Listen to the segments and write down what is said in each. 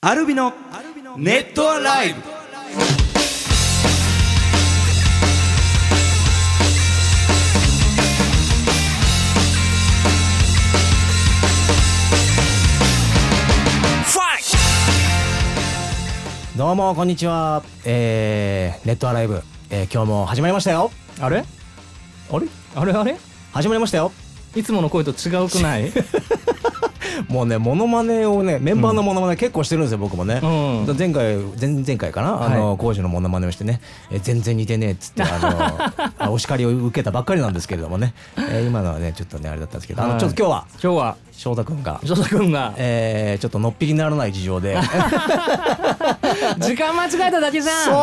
アルビのネットアライブどうもこんにちは、えー、ネットアライブ、えー、今日も始まりましたよあれあれあれあれ始まりましたよいつもの声と違うく ないもうねモノマネをねメンバーのモノマネ結構してるんですよ、僕もね、うん前回前々回かな、あはの工事のモノマネをしてね、えー全然似てねえっつってあ のあお叱りを受けたばっかりなんですけれどもね、えー今のはねちょっとねあれだったんですけど、あはのいちょっと今日は今日は翔太くんが、翔太君がえーちょっとのっぴきにならない事情 で時間間違えただけじゃんそう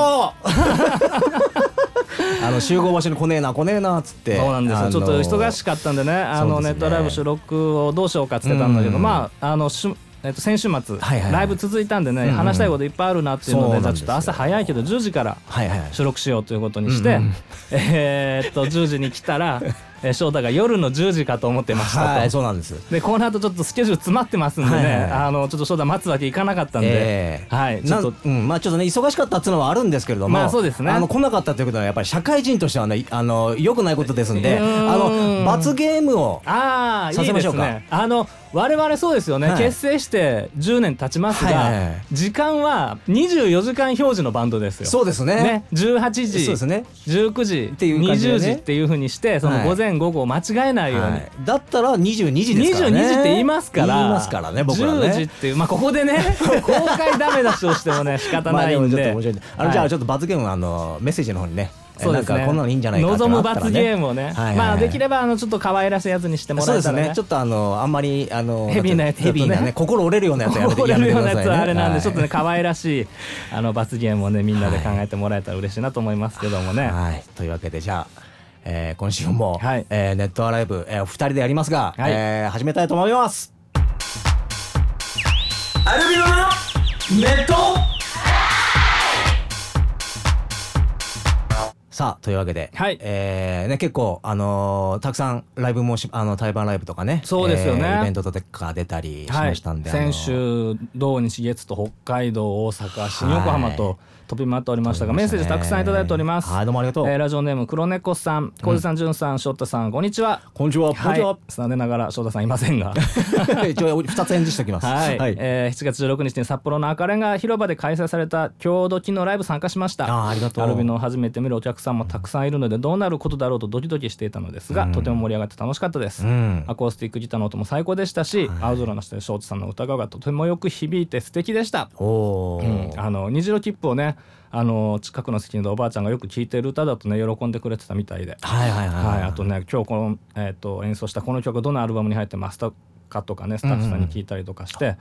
あの集合場所に来ねえな来ねえなっつってそうなんですあよのちょっと忙しかったんでねあのそうですネねットライブ収録をどうしようかっつってたんだけど、うんまああのしゅえっと、先週末、はいはいライブ続いたんでね、うんうん話したいこといっぱいあるなっていうのそでうじなんゃあですよちょっと朝早いけど10時からはいはいはい収録しようということにして、うんうんえーっと10時に来た ら、えー翔太が夜の10時かと思ってましたと、はいそうなんですでこの後ちょっとスケジュール詰まってますんでね、はいはいはいあのちょっと翔太待つわけいかなかったんで、ええはいちょっとなうん、まあちょっとね忙しかったっていうのはあるんですけれども、まあそうですねあの来なかったということはやっぱり社会人としてはねあの良くないことですんで、うーんあの罰ゲームをああいさせいまでしょすうかねあの我々そうですよね、はい結成して10年経ちますが、はいはいはい時間は24時間表示のバンドですよそうですねね18時そうですね19時ていう感じでね20時っていうふうにしてそのはい午前午後を間違えないように、はい、だったら22時ですからね22時って言いますから言いますからね僕らね10時っていうまあここで ね公開ダメ出しをしてもね仕方まあなでいもんちょっとで面白いねあのじゃはあいちょっと罰ゲームはあのメッセージの方にねえそうなでんすねかこんなのいいんじゃないかっていう望のむがあったら罰ねゲームをね、はいはいはいまあできればあのちょっと可愛らしいやつにしてもそらうえでたすらねねちょっとあのあんまりあのヘビーなやつだヘとねビーなね心折れるようなやつはや めてこれやのめてよくうだなさやいつねはあれなんで、はいちょっとね可愛らしいあの罰ゲームをねみんなで考えてもらえたら嬉しいなと思いますけどもね、はい、というわけでじゃあ、えー今週も、はいえーネットアライブ、えー、2人でやりますが、はいえー始めたいと思いますアルビノのネットさあというわけで、はいえーね、結構、あのーたくさんライブもしあの対バンライブとかねそうですよねえーイベントとか出たりしはまいしたんで、先あのー週土日月と北海道大阪新はい横浜と飛び回っておりましたが、飛びメまッしたセねージたくさんいただいております、はいどうもありがとうえーラジオネーム黒猫さん小路さん、淳さん翔太さんこんにちはこんにちは、はいこんに残念ながら翔太さんいません がちは 一応2つ返事しておきますはい、はいえー7月16日に札幌の赤レンガ広場で開催された郷土機のライブ参加しましたあーありがとうアルビノを初めて見るお客さんもたくさんいるのでどうなることだろうとドキドキしていたのですが、とても盛り上がって楽しかったです、うんアコースティックギターの音も最高でしたし、青空の下でショートさんの歌声がとてもよく響いて素敵でしたおうんー、あの虹色切符をねあの近くの席のおばあちゃんがよく聴いてる歌だとね喜んでくれてたみたいではいはいはい、はい、あとね今日この、えー、と演奏したこの曲どのアルバムに入ってますかとかねスタッフさんに聞いたりとかして、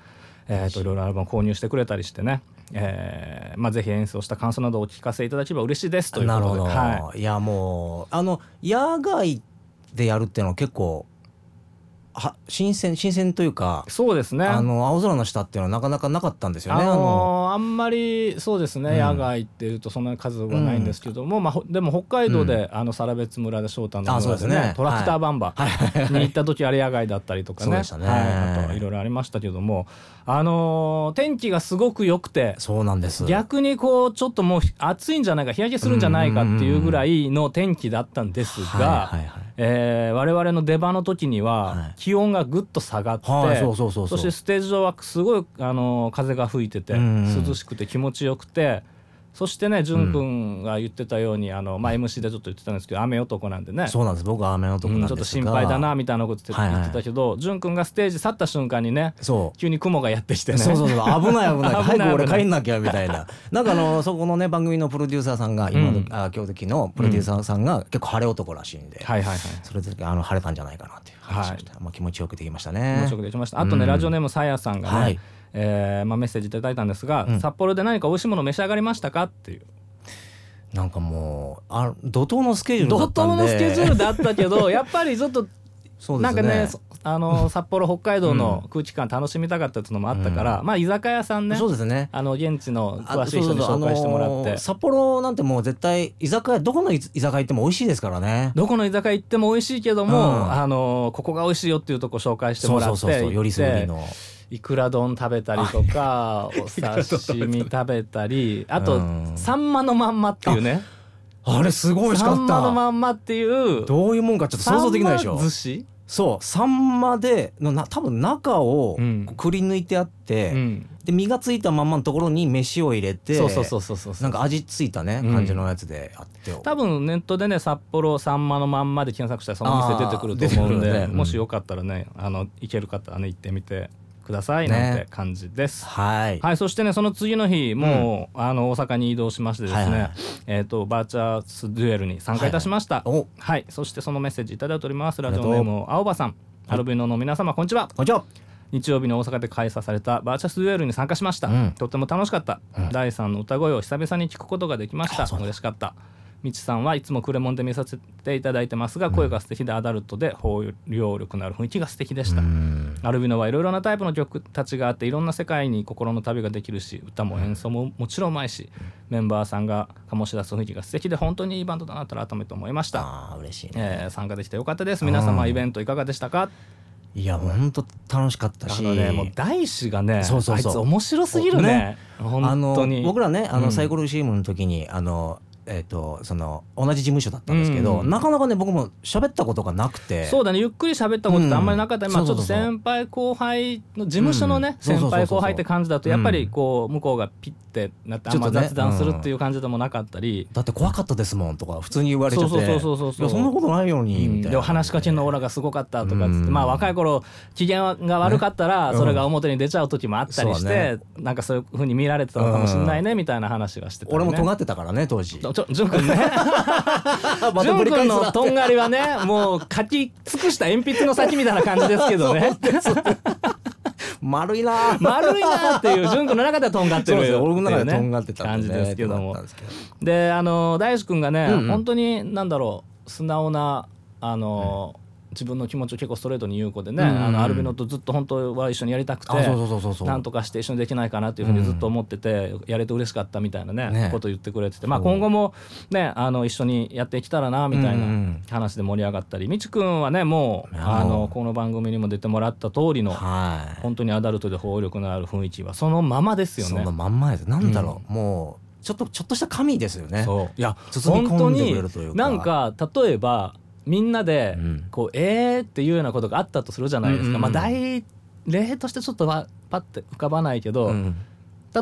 えー、といろいろアルバム購入してくれたりしてね、えーまあ、ぜひ演奏した感想などをお聞かせいただければ嬉しいですというこなるとほでど、、はいやもうあの野外でやるっていうのは結構は新鮮新鮮というかい、そうですねあの青空の下っていうのはなかなかなかったんですよね。ああののーあんまりそうですね、うん野外っていうとそんなに数はないんですけども、まあ、ほでも北海道で、あのサラベツ村で翔太のあそう村ですで,、ねねトラクターバンバに行った時あれ野外だったりとかそうねでしたねはい、あといろいろありましたけども、あのー天気がすごく良くてそうなんです。逆にこうちょっともう暑いんじゃないか日焼けするんじゃないかっていうぐらいの天気だったんですがはいはいはいえー我々の出場の時にはいは気温がぐっと下がって、はいそうそうそうそうしてステージ上はすごいあの風が吹いててうんうん涼しくて気持ちよくて。そしてね、淳君が言ってたように、あの、まあ、MC でちょっと言ってたんですけど、雨男なんでね。そうなんです。僕は雨のとこうなんんちょっでとすが、心配だなみたいなこと言ってはいはい言ってたけど、淳君がステージ去った瞬間にね、そう。急に雲がやってきてね。そうそうそう危ない危ない 危ない早く俺帰んなきゃみたいななんかあのそこのね番組のプロデューサーさんが今の、うんあ今日時のプロデューサーさんが結構晴れ男らしいんで、はいはいはい。それであの晴れたんじゃないかなっていう話をして、まあ、気持ちよくできましたね面白くできましたあとね、うんラジオネームさやさんがね、はいえーまあ、メッセージいただいたんですが、ん札幌で何か美味しいもの召し上がりましたかっていうなんかもうあ怒涛のスケジュール怒だった涛んでのスケジュールだったけどやっぱりちょっと、 そうでなすんねかねそあの札幌北海道の空気感楽しみたかったっていうのもあったから、まあ居酒屋さんねそうですねあの現地のあ詳しい人にそうそうそう紹介してもらって、あのー札幌なんてもう絶対居酒屋どこの居酒屋行っても美味しいですからねどこの居酒屋行っても美味しいけども、うんあのここが美味しいよっていうとこ紹介してそもうらってそうそうそうよりすぐりのいくら丼食べたりとかお刺身食べたりあとうんサンマのまんまっていうねあれすごい美味しサかンっマのたまんまっていうどういうもんかちょっと想像できないでしサンょマ寿司そうサンマでのな多分中をうんこうくり抜いてあって、うんで身がついたまんまのところに飯を入れてそうそうそうそうそうなんか味ついたねうん感じのやつであって、多分ネットでね札幌さんまのまんまで検索したらその店出てくると思うあんー出てくるで、よねうんもしよかったらねあの行ける方はね行ってみてくださいねなんて感じです。はい、はい、そしてねその次の日もう、あの大阪に移動しましてですね、はいはいえー、とバーチャースデュエルに参加いたしました、はいおそしてそのメッセージいただいておりますラジりがオとうネーム青葉さんアルビノの皆様こんにちはこんにちは日曜日の大阪で開催されたバーチャスデュエルに参加しました、うんとっても楽しかった、第3の歌声を久々に聞くことができました嬉しかったみちさんはいつもクレモンで見させていただいてますが声が素敵でアダルトで包容力のある雰囲気が素敵でした、アルビノはいろいろなタイプの曲たちがあっていろんな世界に心の旅ができるし歌も演奏ももちろんうまいしメンバーさんが醸し出す雰囲気が素敵で本当にいいバンドだなと改めて思いました、あー嬉しいねえー参加できてよかったです皆様イベントいかがでしたかいやほんと楽しかったしあのねもう大志がねそうそうそうあいつ面白すぎるね本当あにの僕らねあうのんサイコロ CM の時に、あのえっ、とその同じ事務所だったんですけど、うんなかなかね僕も喋ったことがなくてそうだねゆっくり喋ったことってあんまりなかった、うんまあちそょうっそとうそうそう先輩後輩の事務所のね、うんそうそうそう先そう輩後輩って感じだとやっぱりこう向こうがピッてなってあんちまょっとね雑談するっていう感じでもなかったり、だって怖かったですもんとか普通に言われちゃってそうそうそうそうそういやんなことないように、うんみたいでなお話し家けのオーラがすごかったとかっつって、うんまあ若い頃機嫌が悪かったらそれが表に出ちゃう時もあったりしそうだて、なんかそういうふうに見られてたのかもしれないね、みたいな話はしてたり俺ね、も尖ってたからね当時 ちょちょジュン君 ねあまジュン君なのとんがりはね、もう書き尽くした鉛筆の先みたいな感じですけどね。丸いなー 丸いなっていう、ジュン君の中ではとんがってそうるですっていねうね。俺の中でとんがってたん感でじねですけど尖もっ。たんですけどで、あの、大志君がね、うんうん本当に、なんだろう、素直な、あの、自分の気持ちを結構ストレートに言う子でね、うんうんあのアルビノとずっと本当は一緒にやりたくてあそうそうそうそうそうなんとかして一緒にできないかなっていうふうにずっと思ってて、やれて嬉しかったみたいなねねことを言ってくれてて、まあ、今後も、ね、あの一緒にやっていけたらなみたいうんうなん話で盛り上がったりみちくんはねもういやあものうこの番組にも出てもらった通りのはい本当にアダルトで包容力のある雰囲気はそのままですよそねの。まんまですなんだろう、もうちょっとちょっとした神ですよねそういや包み本込当んでにくれるというかなんか例えばみんなでうんこう、えーっていうようなことがあったとするじゃないですか、うんうんうんまあ大例としてちょっとはパッて浮かばないけど、うん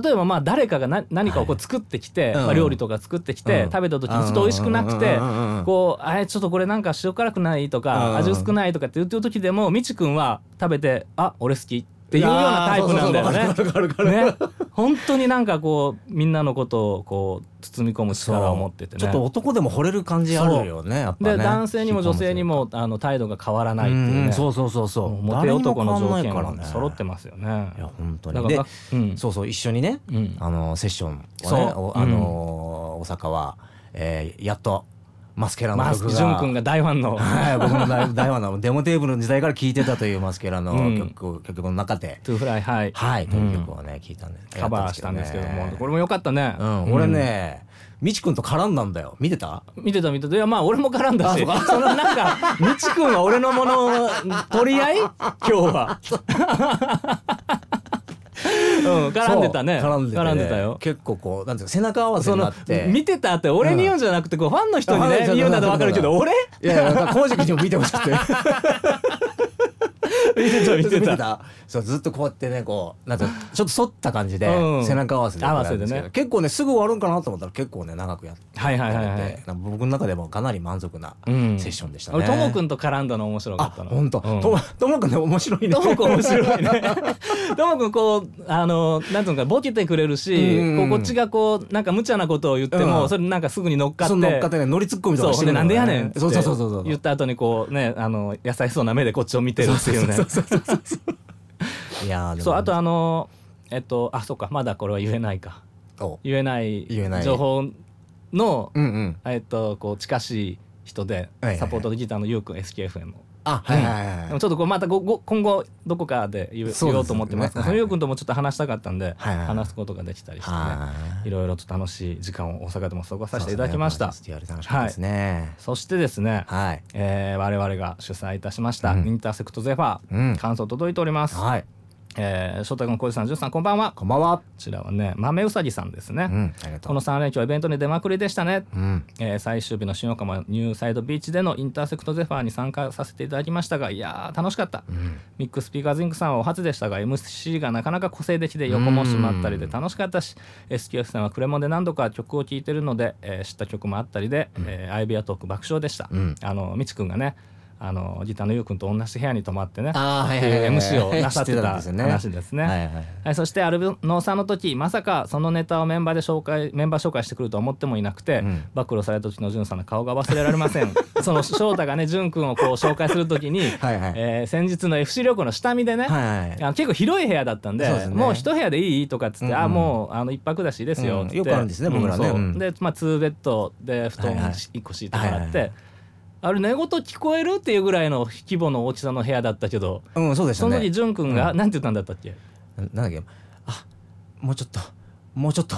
例えばまあ誰かがな何かをこう作ってきて、うんまあ、料理とか作ってきて、うん食べた時にちょっと美味しくなくてうんうんうんうんうんこうあれちょっとこれなんか塩辛くないとうかん味薄くないとかって言ってる時でもみちくんは食べてあ俺好きっていうようなタイプなんだよいやーそうそうそうわかるわかるわね。ね本当になんかこうみんなのことをこう包み込む力を持っててね。ちょっと男でも惚れる感じあるよねやっぱでね男性にも女性にもあの態度が変わらないっていううんうねんそうそうそうそうもうモテ男の条件誰にも変わんないからねが揃ってますよねい。や本当だにかでらが、うんそうそう一緒にね、うんあのセッションをねそうおあのー大阪は、えーやっとマスケラのマス曲クが潤君が大ファンの。はい僕の大大ファンなのデモテーブルの時代から聴いてたというマスケラうのん曲,、曲の中でトゥーフライはいはいという曲をね聴、いたんですカバーしたんですけども、これれも良かったね、うん、俺ね、みちくんと絡んだんだよ見てた見てた見てたいやまあ俺も絡んだしそのなんかみちくんは俺のもの取り合い今日は うん絡んでたねそう絡んでてね絡んでたよ結構こうなんていうか背中合わせそになのって見てたって俺に言うんじゃなくてこうファンの人にあねそうそう言うんだと分かるけどそう俺いやいや浩次君にも見てほしくて見て た見て見てたたそうずっとこうやってねこうなんかちょっと反った感じで、うん背中合わせで合わせでね結構ねすぐ終わるんかなと思ったら結構ね長くやってはいはいはいなはのいでなんか僕の中でもかなり満足なセうんッションでしたね。俺ともくんと絡んだの面白かあったの本当うんともともくんね面白いね。ともくん面白いね。 ともくんこうあのなんていうのかボケてくれるし、うんこううんこっちがこうなんか無茶なことを言っても、うんそれなんかすぐに乗っかって。その乗っかってね乗りツッコミとそうかしてほんくでるなのんねでやねんってそうそうそうそうそう。言った後にこうねあの優しそうな目でこっちを見てるっていうねいやーでも そうあとあのえっとあそうかまだこれは言えないかお言えない言えない情報のうんうんえっとこう近しい人ではいはいサポートギターのゆうくん SKFM あはいはいはいではもいちょっとこうまたごご今後どこかで言そううですね言おうと思ってますがはいそのゆうくんともちょっと話したかったんで、はいはい話すことができたりしてね、はいいろいろと楽しい時間を大阪でも過ごさせていただきましたそうですね楽しかったですね。そしてですね、はいえー我々が主催いたしました、うんインターセクトゼファー、うん感想届いております、はいえー、翔太君浩二さん潤さんこんばんはここんばんは。ちらはね豆うさぎさんですね、うん、ありがとう。この3連休はイベントに出まくりでしたね、うん、えー最終日の新岡もニューサイドビーチでのインターセクトゼファーに参加させていただきましたがいやー楽しかった、ミックスピーカーズインクさんはお初でしたが MC がなかなか個性的で横も締まったりで楽しかったし SQF さんはクレモンで何度か曲を聴いてるので、えー知った曲もあったりで、えーアイビアトーク爆笑でした、あのみちくんがねあのギターのゆうくんと同じ部屋に泊まってねあーはいはいはいはい MC をなさって知ったてたんですよね話ですね。はいはいはい、そしてアルビノーさんの時まさかそのネタをメンバーで紹介メンバー紹介してくるとは思ってもいなくて、暴露された時のんさんの顔が忘れられませ んその翔太がねん君をこう紹介する時にはいはいえー先日の FC 旅行の下見でね、はいはいあの結構広い部屋だったんでそうですねもう一部屋でいいとかっつって、あもうあの一泊だしいいですよっつって、うんよくあるんですね僕らねそううんで、まあ、2ベッドで布はいは団い一個敷いてもらっはいはいて。あれ寝言聞こえるっていうぐらいの規模の大きさの部屋だったけど、うん、そうでしたそね。の時潤君がなんて言ったんだったっけ、ななんだっけあもうちょっともうちょっと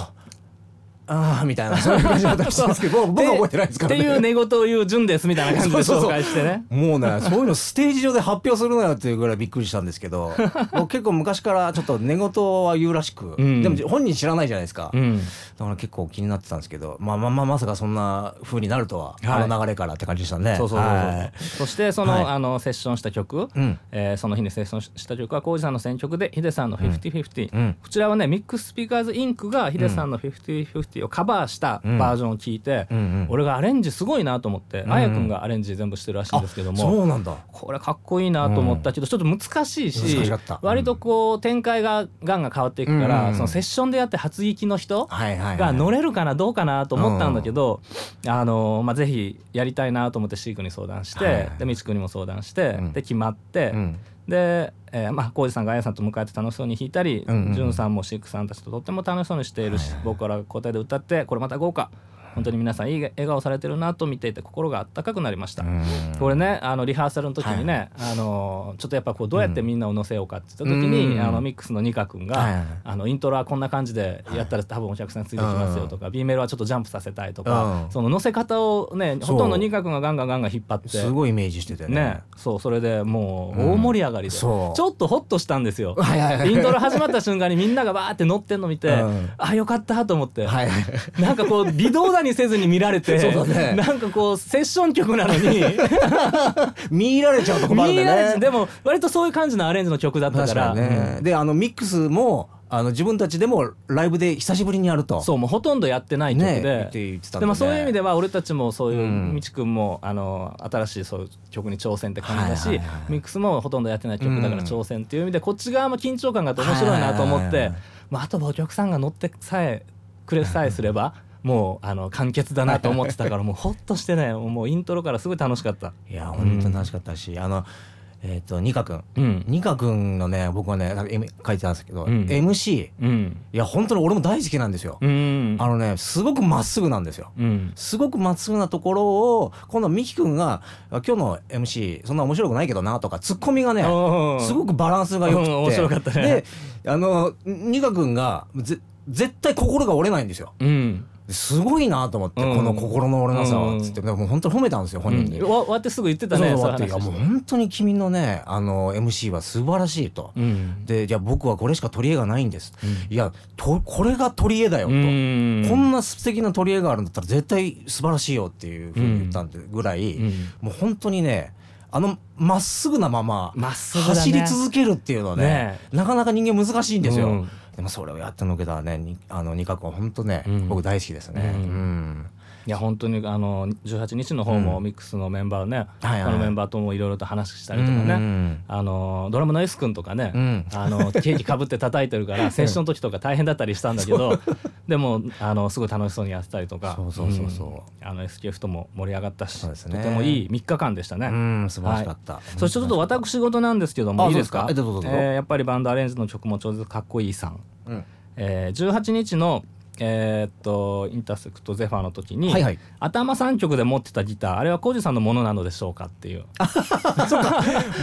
ああみたいなそういう感じだったらしいんですけ ど僕僕は覚えてないですからねっていう寝言を言う順ですみたいな感じでそうそうそ紹う介してね。もうねそういうのステージ上で発表するのよっていうぐらいびっくりしたんですけど僕結構昔からちょっと寝言は言うらしく、んでも本人知らないじゃないですか、うんだから結構気になってたんですけどまあまあまあまさかそんな風になるとは、はいあの流れからって感じでしたねそうそうそうそうはいそしてその,、はいあのセッションした曲、うんえーその日にセッションした曲は浩二さんの選曲でヒデさんの「50/50」うんこちらはねミックススピーカーズインクがヒデさんの「50/50」をカバーしたバージョンを聞いて、うんうん俺俺がアレンジすごいなと思って、あやくんがアレンジ全部してるらしいんですけども。そうなんだこれかっこいいなと思ったけど、ちょっと難しいし難しかったうん割とこう展開がガンガン変わっていくから、うんうんうんそのセッションでやって初聞きの人はいはい、はい、が乗れるかなどうかなと思ったんだけど、あのまあ、ぜひやりたいなと思ってシークに相談して、はいはいでみちくんにも相談して、うんで決まって、うんで、えーまあ、浩二さんがあやさんと向かって楽しそうに弾いたり、うんうんうんじゅんさんもシークさんたちととっても楽しそうにしているし、僕らが答えで歌ってこれまた豪華本当に皆さんいい笑顔されてるなと見ていて心があったかくなりました。うんこれねあのリハーサルの時にね、あのちょっとやっぱこうどうやってみんなを乗せようかって言った時うに、んあのミックスのニカ君が、はいはいあのイントロはこんな感じでやったら多分お客さんついてきますよとか、B メロはちょっとジャンプさせたいとか、うんその乗せ方をねほそうとんどニカ君がガンガンガンガン引っ張って。すごいイメージしててね、そうそれでもう大盛り上がりで、うんちそうょっとホッとしたんですよ、はいはいはいイントロ始まった瞬間にみんながバーって乗ってんの見て、うんあよかったと思って、はいなんかこう微動だにせずに見られ てそうだねなんかこうセッション曲なのに見入られちゃうと困るんだ見えねないしでも割とそういう感じのアレンジの曲だった確かからにね、であのミックスもあの自分たちでもライブで久しぶりにやるとそうもうほとんどやってない曲で、ね言って言ってたんだねでもそういう意味では俺たちもそういう、うんみちくんもあの新しいそういう曲に挑戦って感じだし、はいはいはいミックスもほとんどやってない曲だうからん挑戦っていう意味でこっち側も緊張感があって面白いなと思って、はいはいはいはいまあ、あとはお客さんが乗ってさえくれさえすれば。もうあの完結だなと思って たからもうほっとしてねもうイントロからすごい楽しかった。いや本当に楽しかったし、あのえっ、とニカ君、うんニカ君のね僕はねなんか M 書いてたんですけど、うん MC いうん、や本当に俺も大好きなんですよ、うん、あのねすごくまっすぐなんですようん、すごくまっすぐなところを今度はミキ君が「今日の MC そんな面白くないけどな」とかツッコミがねおーすごくバランスが良くて、うん面白かったねであのニカ君がぜ絶対心が折れないんですようん、すごいなと思って、うんこの心の折れなさうはんつって、でも本当に褒めたんですよ本人に、うんわ終わってすぐ言ってたねそうそそうういうってい話やもう本当に君のねあの MC は素晴らしいと、うんでじゃあ僕はこれしか取り柄がないんです、いやとこれが取り柄だよと、うんこんな素敵な取り柄があるんだったら絶対素晴らしいよっていうふうに言ったんでぐらい、うんもう本当にねあのまっすぐなまままっすぐだね走り続けるっていうのはねねなかなか人間難しいんですよ、うんでもそれをやってのけたねにあの二角は本当ね、うん僕大好きですね、ううんんいや本当にあの18日の方もうミックスのメンバーね、はいはい他のメンバーともいろいろと話したりとかね、うんあのドラムの S 君とかね、うんあのケーキかぶって叩いてるか らセッションの時とか大変だったりしたんだけどでもあのすごい楽しそうにやってたりとかそうそうそうそうんあの SKF とも盛り上がったし、そうですとねてもいい3日間でしたね。うん素晴らしかった、そしてちょっと私事なんですけどもあいいですかそうですかえどうぞどうぞーやっぱりバンドアレンジの曲も超絶かっこいいさん、うんえー、18日の、えーっとインターセクトゼファーの時に、はいはい頭3曲で持ってたギターあれは浩二さんのものなのでしょうかっていう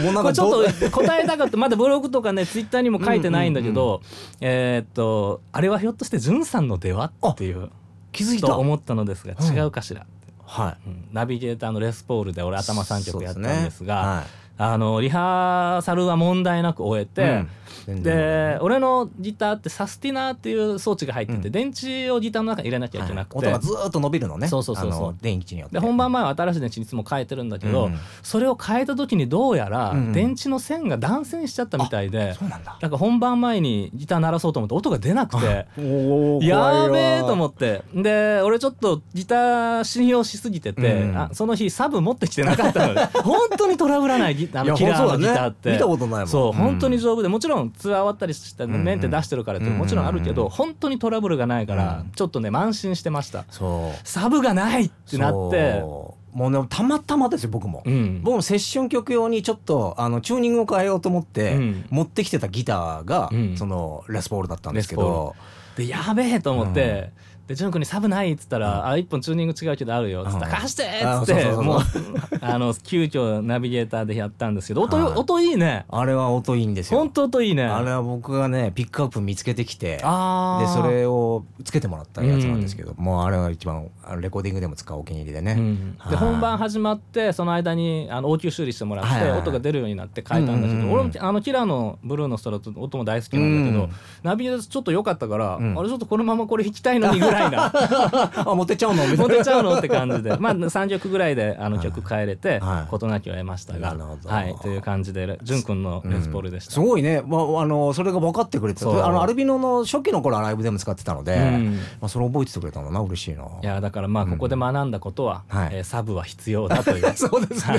もうなんこかれちどょっと答えたかったまだブログとか ねツイッターにも書いてないんだけど、えーっとあれはひょっとしてんさんのではっていう気づいたと思ったのですが違うかしら、はいうんナビゲーターのレスポールで俺頭3曲やったんですが。そうですねはいあのリハーサルは問題なく終えて、うんで俺のギターってサスティナーっていう装置が入ってて、電池をギターの中に入れなきゃいけなくて、音がずーっと伸びるのねそうそうそうそうあの電気によってで本番前は新しい電池にいつも変えてるんだけど、うんそれを変えた時にどうやらうん電池の線が断線しちゃったみたいで、そうなんだなんか本番前にギター鳴らそうと思って音が出なくて。おやーべえと思ってってで俺ちょっとギター信用しすぎてて、うんあその日サブ持ってきてなかったので 本当にトラブらないギあいやのキラーのギター本当だって、ね見たことないもんそううん本当に丈夫でもちろんツアー終わったりしてんうんメンテ出してるからってもちろんあるけうど、ん本当にトラブルがないから、うんちょっとね慢心してましたそうサブがないってなってそうもうねたまたまですよ僕も、うん僕もセッション曲用にちょっとあのチューニングを変えようと思って、うん持ってきてたギターが、うんそのレスポールだったんですけレスポどでやべえと思って、でジュン君に「サブない?」っつったら「あ一本チューニング違うけどあるよ」っつったらうん「貸して!」っあつってそうもうそうあの急遽ナビゲーターでやったんですけど音はいよ音いいねあれは音いいんですよ本当音いいねあれは僕がねピックアップ見つけてきてあでーそれをつけてもらったやつなんですけど、もうあれは一番あのレコーディングでも使うお気に入りでね、うんはいで本番始まってその間にあの応急修理してもらはっいてはい音が出るようになって変えたんだけうんうんどうん俺もあのキラーのブルーのストラと音も大好きなんだけうどんナビゲーターちょっと良かったからあれんちょっとこのままこれ弾きたいのにぐらいな あ持ってっちゃうのみたいなモテちゃうのって感じでまあ3曲ぐらいであの曲変えれてはい事なきを得ましたながるほどはいという感じで潤君のレスポールでしたす。ごいね、まあ、あのそれが分かってくれてたそうあのアルビノの初期の頃はライブでも使ってたので、うんまあ、それ覚えててくれたのな嬉しいないやだからまあここで学んだことは、うんはいえーサブは必要だという そうですね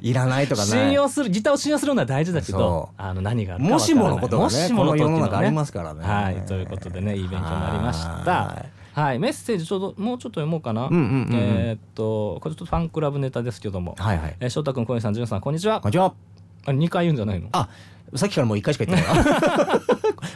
いらないとかね信用するギターを信用するのは大事だけそどあの何があるかもわからなしいものことがねもしもの時このの世の中ねありますからねはいということでねいい勉強になりましたははい、メッセージちょうどもうちょっと読もうかな、んうんうんうんえーっとこれちょっとファンクラブネタですけども、はいはいえー、翔太君小西さん潤さんこんにちはこんにちはあれ2回言うんじゃないのあさっきからもう1回しか言ってない な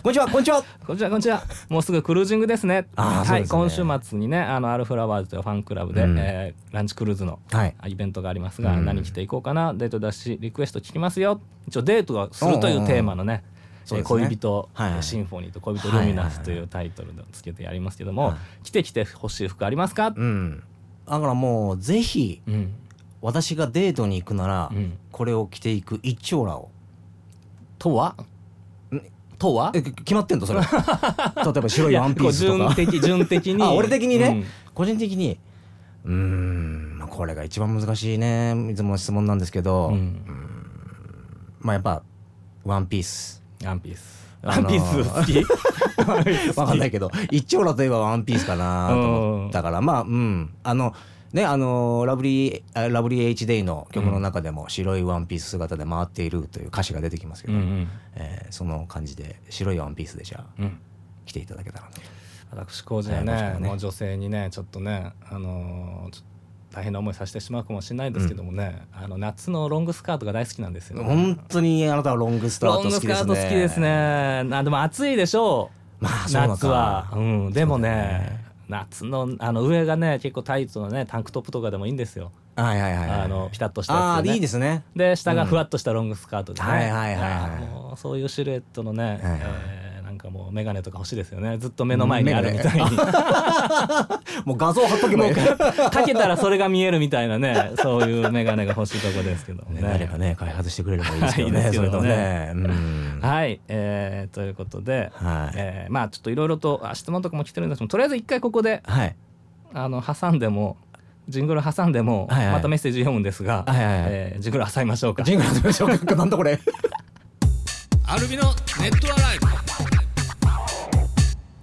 こんにちはこんにちはこんにちはこんにちはもうすぐクルージングですねあーそうはでい、すね今週末にねあのアルフラワーズというファンクラブで、うんえーランチクルーズのはいイベントがありますが、うん何着ていこうかなデートだしリクエスト聞きますよ一応デートがするというテーマのねうんうんうんえーそうですね恋人、はいはいシンフォニーと恋人ルミナスというタイトルでつけてやりますけども、はい着てきて欲しい服ありますか、うんだからもうぜひうん私がデートに行くなら、うんこれを着ていく一丁羅をとはとはえ決まってんのそれ 例えば白いワンピースといやかこう順的順的 にあ俺的にね、うん個人的にうーんまあこれが一番難しいねいつもの質問なんですけど、うんまあやっぱワンピースワンピースあワのンピース好 きわかんないけど一丁羅といえばワンピースかなと思ったからまあうんあのねあのラブリーあラブリー H デイの曲の中でも白いワンピース姿で回っているという歌詞が出てきますけうど、んうんえーその感じで白いワンピースでじゃあうん来ていただけたらなと私工事ははい確ねかにねもう女性にねちょっとねあのーちょっと大変な思いさせてしまうかもしれないですけどもね、あの夏のロングスカートが大好きなんですよ、本当にあなたはロングスカーロトン好きグスですねカート好きですねあでも暑いでしょう、まあそうなの夏かは、うん、でもね夏のあの上がね結構タイトのねタンクトップとかでもいいんですよ、はいはいはいはいあのピタッとしたあやあつーで、ね、いいですねで下がふわっとしたロングスカートでね、うんはいはいはいはいあーもうそういうシルエットのいね、はいえーなんかもう眼鏡とか欲しいですよねずっと目の前にあるみたいに。もう画像貼っとけ ばいいかけたらそれが見えるみたいなねそういう眼鏡が欲しいとこですけどもね。ね、誰かね開発してくれればいいですけど いいねですそよれねとね、うん、はい、えーということで、はいえーまあちょっといろいろとあ質問とかも来てるんですけどとりあえず一回ここではいあの挟んでもジングル挟んでも、はいはいまたメッセージ読むんですが、はいはいはいえージングル挟みましょうか。ジングル始めましょう かなんだこれアルビのネットアライブ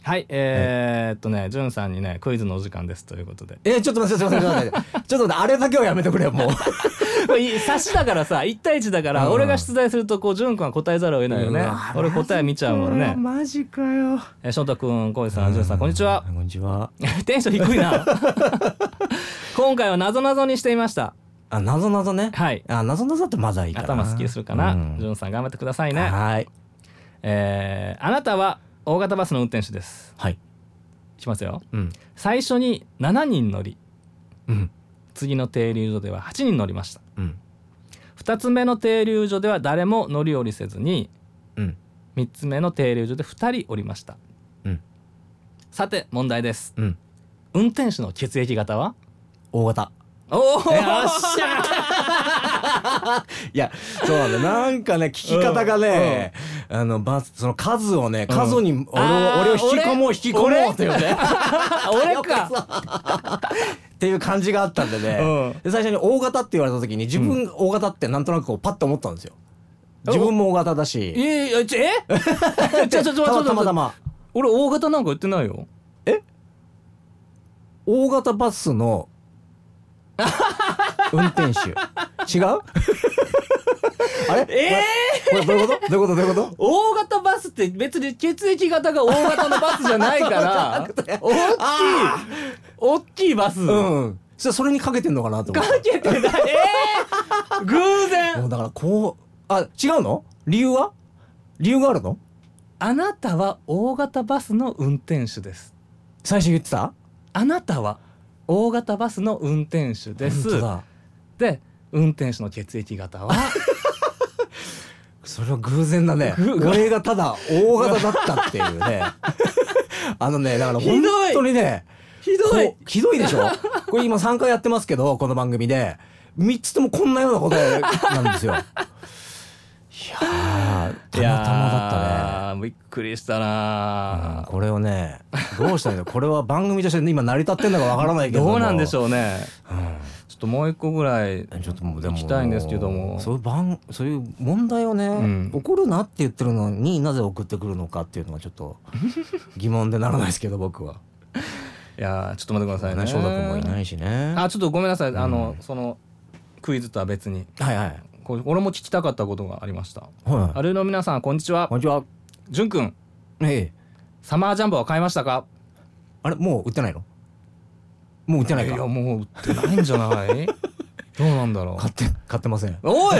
はいえーっとねジュンさんにねクイズのお時間ですということでえー、ちょっと待ってちょっと待ってちょっと待ってちょっと待ってあれだけはやめてくれ もう差しだからさ1対1だから、うん俺が出題するとこうジュン君は答えざるを得ないようねわ俺答え見ちゃうもんね。マジかよえー翔太君浩次さんジュンさんこんにちはこ。んにちは テンション低い な今回はなぞなぞにしてみましたあ謎謎ねはいあ謎謎ってまだいいから頭すっきりするかな、うんジュンさん頑張ってくださいね、はいえーあなたは大型バスの運転手ですはいいきますようん最初に7人乗りうん次の停留所では8人乗りましたうん2つ目の停留所では誰も乗り降りせずにうん3つ目の停留所で2人降りました、うんさて問題ですうん運転手の血液型は大型おおよっしゃいや そうなんだなんかね聞き方がね、あのばその数をね数に、俺あーを俺を引き込もう俺引き込もうっていうね俺か っていう感じがあったんでね、うんで最初に大型って言われた時に自分大型ってなんとなくこうパッと思ったんですよ自分も大型だいしやいやちえちょちょちょちょたちょまたまたま俺大型なんか言ってないよ大型バス の運転手違う あれええこれどういうことどういうことどういうこと大型バスって別に血液型が大型のバスじゃないから大きい大きいバス、うんそれそれにかけてんのかなと思かっけてないえー、偶 て然もうだからこうあ違うの理由は理由があるのあなたは大型バスの運転手です最初言ってたあなたは大型バスの運転手です本当だで運転手の血液型はそれは偶然だねぐぐ俺がただ大型だったっていう ねあのねだから本当にねひどいこうひどいでし ょこれ今3回やってますけどこの番組で3つともこんなようなことなんですよいやーたまたまだったねったねびっくりしたうんな、これをねどうしたらいいのこれは番組として今成り立ってんのかわからないけどもどうなんでしょうねうんちょっともう一個ぐらいちょっともうでも聞きたいんですけどもそういう番そういう問題をね、ん起こるなって言ってるのになぜ送ってくるのかっていうのはちょっ と疑問でならないですけど僕は。いやーちょっと待ってくださいねね翔太君もいないしね。あちょっとごめんなさいあの、そのクイズとは別にはいはいこう俺も聞きたかったことがありましたはい。あれの皆さんこんにちはこんにちは。じゅんくんええ、サマージャンボは買いましたかあれもう売ってないの？もう売ってないいか。やもう売ってないんじゃない どうなんだろ買って買ってません。うおい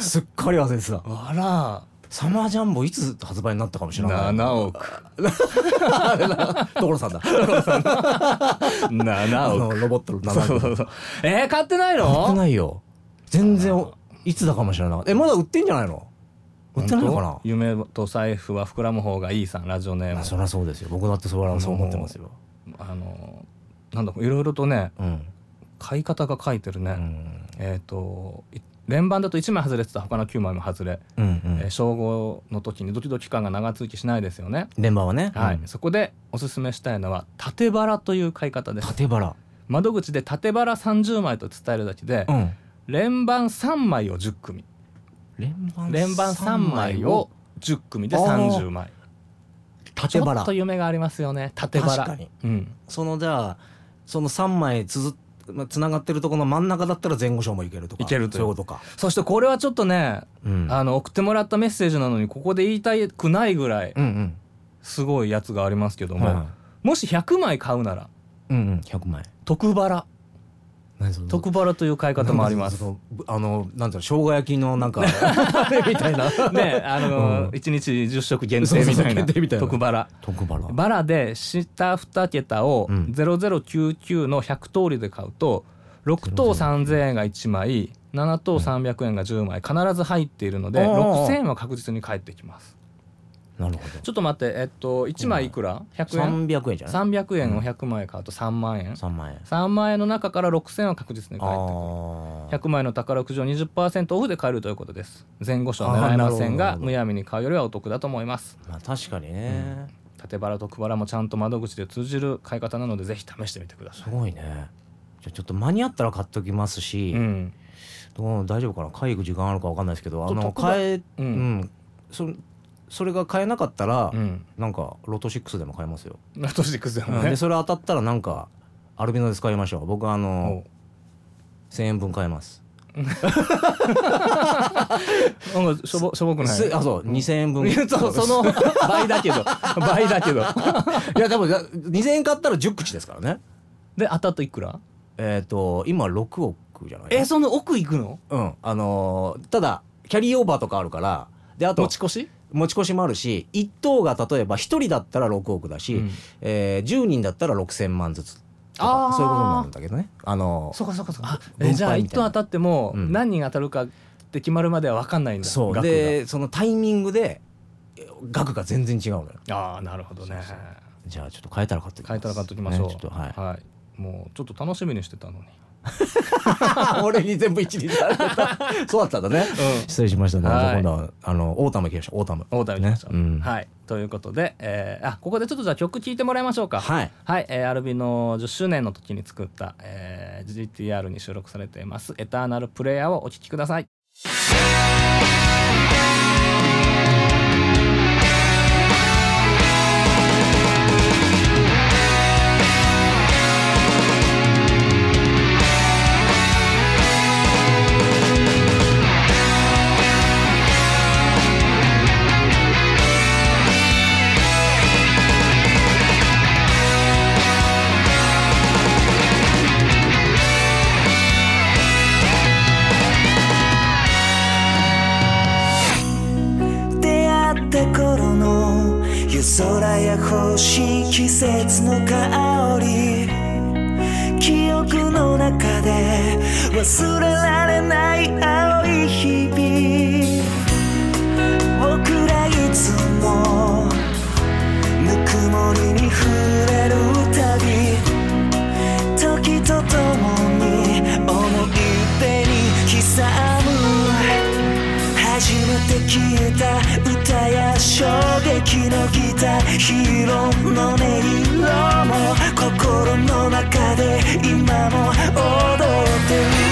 すっかり忘れてた。あサマージャンボいつ発売になったかもしれらない。 7億 所さん だ。あ7の億ロボットの名前。そうそうそうえー、買ってない売ってのないよ。全然いつだかもしれない。えまだ売ってんじゃないの？売ってないのかな本？当夢と財布は膨らむ方がいいさんラジオネーまあ、そムりゃそうですよ僕だってそれはそう思ってますよ、あのなんだいろいろとねうん買い方が書いてるね、うんえっ、とい連番だと1枚外れてた他の9枚も外れ、うんえー称号の時にドキドキ感が長続きしないですよね、電話はね、はいうんそこでおすすめしたいのは縦バラという買い方です縦腹窓口で縦バラ30枚と伝えるだけで、ん連番3枚を10組連番連番3枚を10組で30枚ち縦ょっ腹と夢がありますよね縦バラ確かにうん、そのじゃあその3枚つづまあつながってるところの真ん中だったら前後賞もいけるとかいけるというそういうことか、そしてこれはちょっとね、うんあの送ってもらったメッセージなのにここで言いたくないぐらいうんすごいやつがありますけどうんも、はいもし100枚買うならうんうん100枚特バラ何その特バラという買い方もありますな。んか そのあのなんていうの生姜焼きのなん かあれみたいなね、あのうん一日10食限定みそうたそういな限定みたいな特バラ特腹バラで下2桁をうん0099の100通りで買うと6等3000円が1枚7等300円が10枚必ず入っているのでおーおー6000円は確実に返ってきますなるほちょっと待ってえっと1枚いくらど ?100 円300円じゃない300円を100枚買うと3万円3万円3万円の中から6000円は確実にあ返ってくるあ100枚の宝くじを20%オフで買えるということです前後賞狙あーえませんなるほどなるがほどむやみに買うよりはお得だと思いますまあ確かにね、縦バラと配らもちゃんと窓口で通じる買い方なのでぜひ試してみてくださすごいねじゃあちょっと間に合ったら買っときますいし、うんどう大丈夫かな買い行く時間あるかわかんないですけどあちょの特番買えううん、んそそれが買えなかったら、うんなんかロト6でも買えますよ、ラトシックスだうんもんでねそれ当たったらなんかアルビノで使いましょう僕はあのお1000円分買えます、なんかしょぼしょぼくないすあそう、2000円分 そうそ の倍だけど倍だけどいやでも2000円買ったら10口ですからねで当たったいくらえっ、と今6億じゃないえその奥行くのうんあのーただキャリーオーバーとかあるからであと持ち越し持ち越しもあるし1等が例えば1人だったら6億だし、うんえー10人だったら6,000万ずつとかあーそういうことになるんだけどねあのそうかそうかそうかあ分配みたいえなじゃあ一等当たってもうん何人当たるかって決まるまでは分かんないんだそう額がでそのタイミングでえ額が全然違うのよああなるほどねじゃあちょっと変えたら買ってきます変えたら買っときましょう、ねちょっとはい、はい、もうちょっと楽しみにしてたのに 俺に全部一輪されてた そうだったんだね、失礼しましたね、はいじゃあ今度はあのオータム行きましょうオータムオータム行きましょうねうんはいということで、えーあここでちょっとじゃあ曲聴いてもらいましょうかはいえーアルビの10周年の時に作った、えー GTR に収録されています「エターナルプレイヤー」をお聴きください出会った頃の夜空や星季節の香り記憶の中で忘れられない青い日々僕らいつもぬくもりに触れるたび時とともに思い出に刻む初めて消えた歌や衝撃のギターヒーローの音色も心の中で今も踊ってる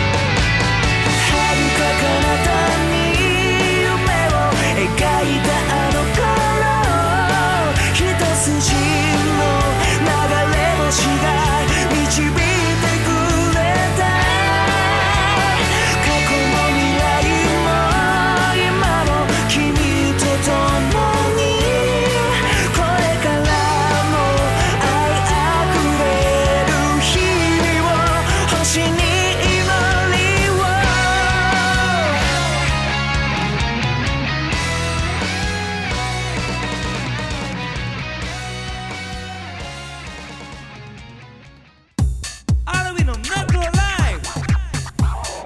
遥か彼方に夢を描いたあの頃一筋の流れ星が導いてくれた過去も未来も今も君と共にこれからも愛あふれる日々を星に祈りをアルビのナックライブ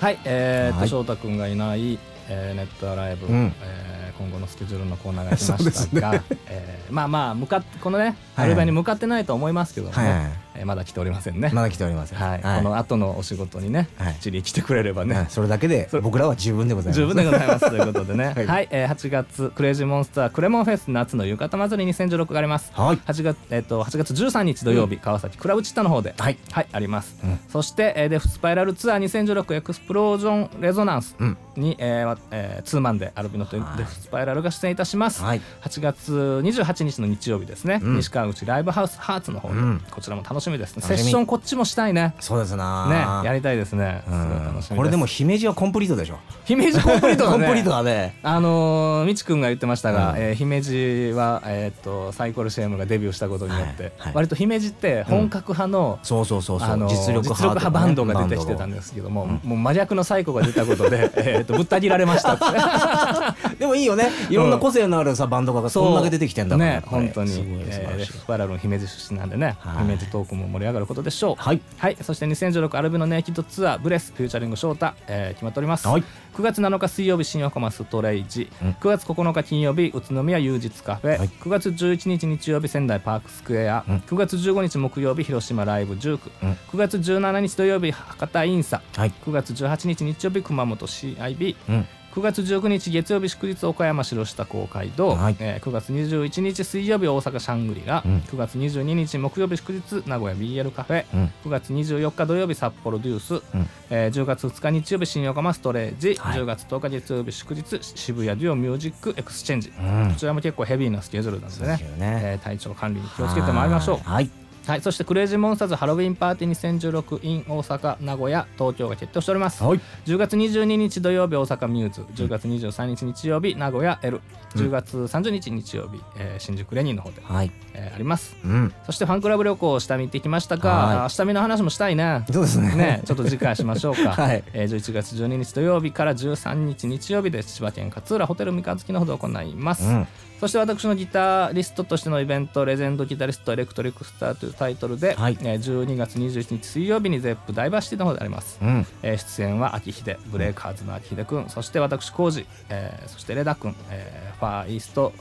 はいえーっと、はい翔太君がいない、えーネットアライブ、うんえー今後のスケジュールのコーナーが来ましたが、えーまあまあ向かってこのねはいアルバに向かってないと思いますけどもね、はいはいえーまだ来ておりませんね、まだ来ておりませんはいこの後のお仕事にね、はいきっちり来てくれればね、はいそれだけで僕らは十分でございます十分でございますということでね は、はいいえー8月クレイジーモンスタークレモンフェス夏の浴衣祭り2016がありますはい8月,、えー、と8月13日土曜日、川崎クラブチッタの方ではい、あります、そして、えーデフスパイラルツアー2016エクスプロージョンレゾナンスうんに、えーわえーツーマンでアルビノというデフスパイラルが出演いたします、はい8月28日の日曜日ですね、うん西川口ライブハウスハーツの方で、うんこちらも楽しみですねセ楽ッしみションこっちもしたいねそうですねなやりたいですね、うんすごい楽しみですこれでも姫路はコンプリートでしょ姫路コンプリートだコねンプリートだねあのー、みちくんが言ってましたが、うんえー姫路は、えーっとサイコロシエムがデビューしたことによって、はいはい割と姫路って本格派の、そうそうそうそう、あのー実力派実力派バンドが出てきてバたんンですけども、もう真逆のサイコが出たことで えーっとぶった切られましたってドがでもいいよねいろんな個性のあるさ、バンドがこんだけ出てきてんだからねこれ本当にすごい素え晴ーらレしいフパラルの姫路出身なんでね、はい姫路トークも盛り上がることでしょうはいそして2016アルビノネイキッドツアーブレスフューチャリングショータ、えー決まっております、はい9月7日水曜日新横浜ストレイジ、うん9月9日金曜日宇都宮有日カフェ、はい9月11日日曜日仙台パークスクエア、うん9月15日木曜日広島ライブ19、うん9月17日土曜日博多インサはい9月18日日曜日熊本 CIB、うん9月19日月曜日祝日岡山城下公会堂、はいえー9月21日水曜日大阪シャングリラ、うん9月22日木曜日祝日名古屋 BL カフェ、うん9月24日土曜日札幌デュース、んえー10月2日日曜日新横浜ストレージ、はい10月10日月曜日祝日渋谷デュオミュージックエクスチェンジ、うんこちらも結構ヘビーなスケジュールなんでそうですねよねえー体調管理に気をつけてまいりましょうはいはい、そしてクレイジーモンスターズハロウィンパーティー2016 in 大阪、名古屋、東京が決定しております。はい10月22日土曜日、大阪ミューズ。10月23日日曜日、名古屋 L。10月30日日曜日、えー新宿レニーの方で、はいえーあります。うんそしてファンクラブ旅行を下見行ってきましたはいが、あ下見の話もしたいね。そうですねね、ちょっと次回しましょう か、はいえー11月12日土曜日から13日日曜日で千葉県勝浦ホテル三日月のほど行います、うんそして私のギタリストとしてのイベントレジェンドギタリストエレクトリックスターというタイトルで、はいえー12月21日水曜日に ZEP ダイバーシティの方であります、うんえー出演は秋秀ブレイカーズの秋秀くんそして私浩二、えーそしてレダくん、えーファーイースト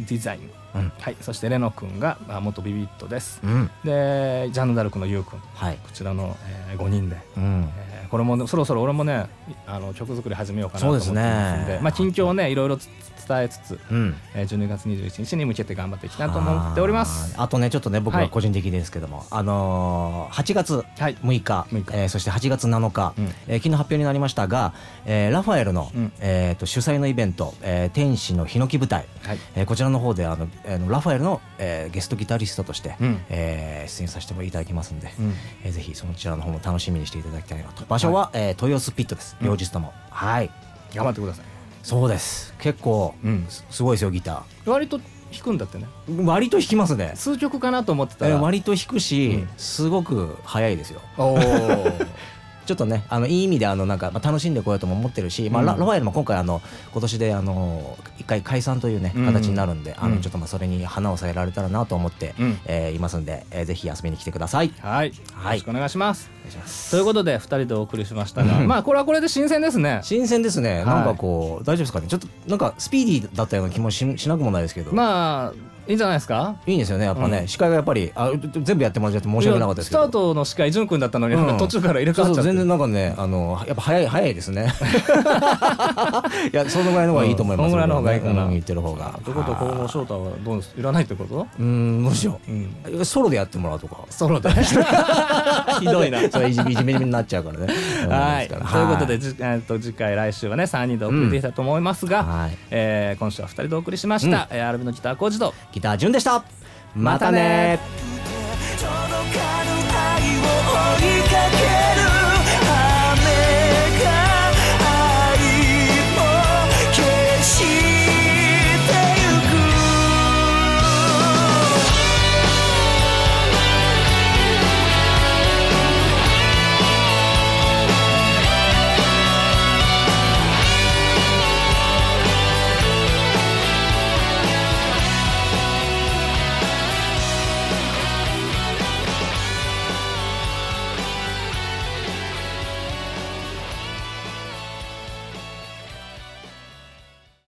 デザイン、うんはい、そしてレノくんが、まあ、元ビビットです、うんでジャンヌダルクのユウくんこはいちらの、え5人で、うんえーこれもねそろそろ俺もねあの曲作り始めようかなと思ってそうですますねんでまあ、近況をねいろいろつ伝えつつ、うんえー12月21日に向けて頑張っていきたいと思っておりますあーあとねちょっとね僕ははい個人的ですけども、あのー8月はい6日,、 6日えーそして8月7日、うんえー昨日発表になりましたが、えーラファエルの、うんえーと主催のイベント「えー天使のヒノキ舞台」はいえーこちらの方であの、えーのラファエルの、えーゲストギタリストとして、うんえー出演させてもいただきますんで、うんえーぜひそちらの方も楽しみにしていただきたいなと場所は、えー豊洲ピットです両日とも、はい頑張ってくださいそうです結構、うんすすごいですよギタ割と弾くんだってねー割と弾きますね数曲かなと思ってたえら、ー割と低くし、うんすごく早いですよおー ちょっとねあのいい意味であのなんか、まあ、楽しんでこようとも思ってるし、まあうんララファエルも今回あの今年であの一回解散というねうん形になるんで、あうのんちょっとまあそれに花を添えられたらなと思って、うんえーいますんで、えーぜひ遊びに来てください。はい、はいよろしくお願いしますお願いしますということで2人でお送りしましたが、うんまあこれはこれで新鮮ですね新鮮ですね、いなんかこう大丈夫ですかねちょっとなんかスピーディーだったような気もししなくもないですけど、まあいいんじゃないですかいいんですよねやっぱね、うん司会がやっぱりあ全部やってもらっちゃって申し訳なかったですスけどタートの司会潤君だったのに、うんなんか途中から入れ替そうわっちそゃうっ全て然なんかねあのやっぱ早い早いです ねいやそのぐらいの方がいいと思います、うんそのぐらいの方がいいかなうん言ってる方がということは今後は翔太はどうですいらないってこというんどうしようんうソロでやってもらうとか ソロでひどいなそれいじめいじめになっちゃうからね はい、と思いますうからことで、じえー、と次回来週はね3人でお送りできたと思いますが、うんはいえー今週は2人でお送りしました、えーアルビのギター工事とギター順でしたまたね「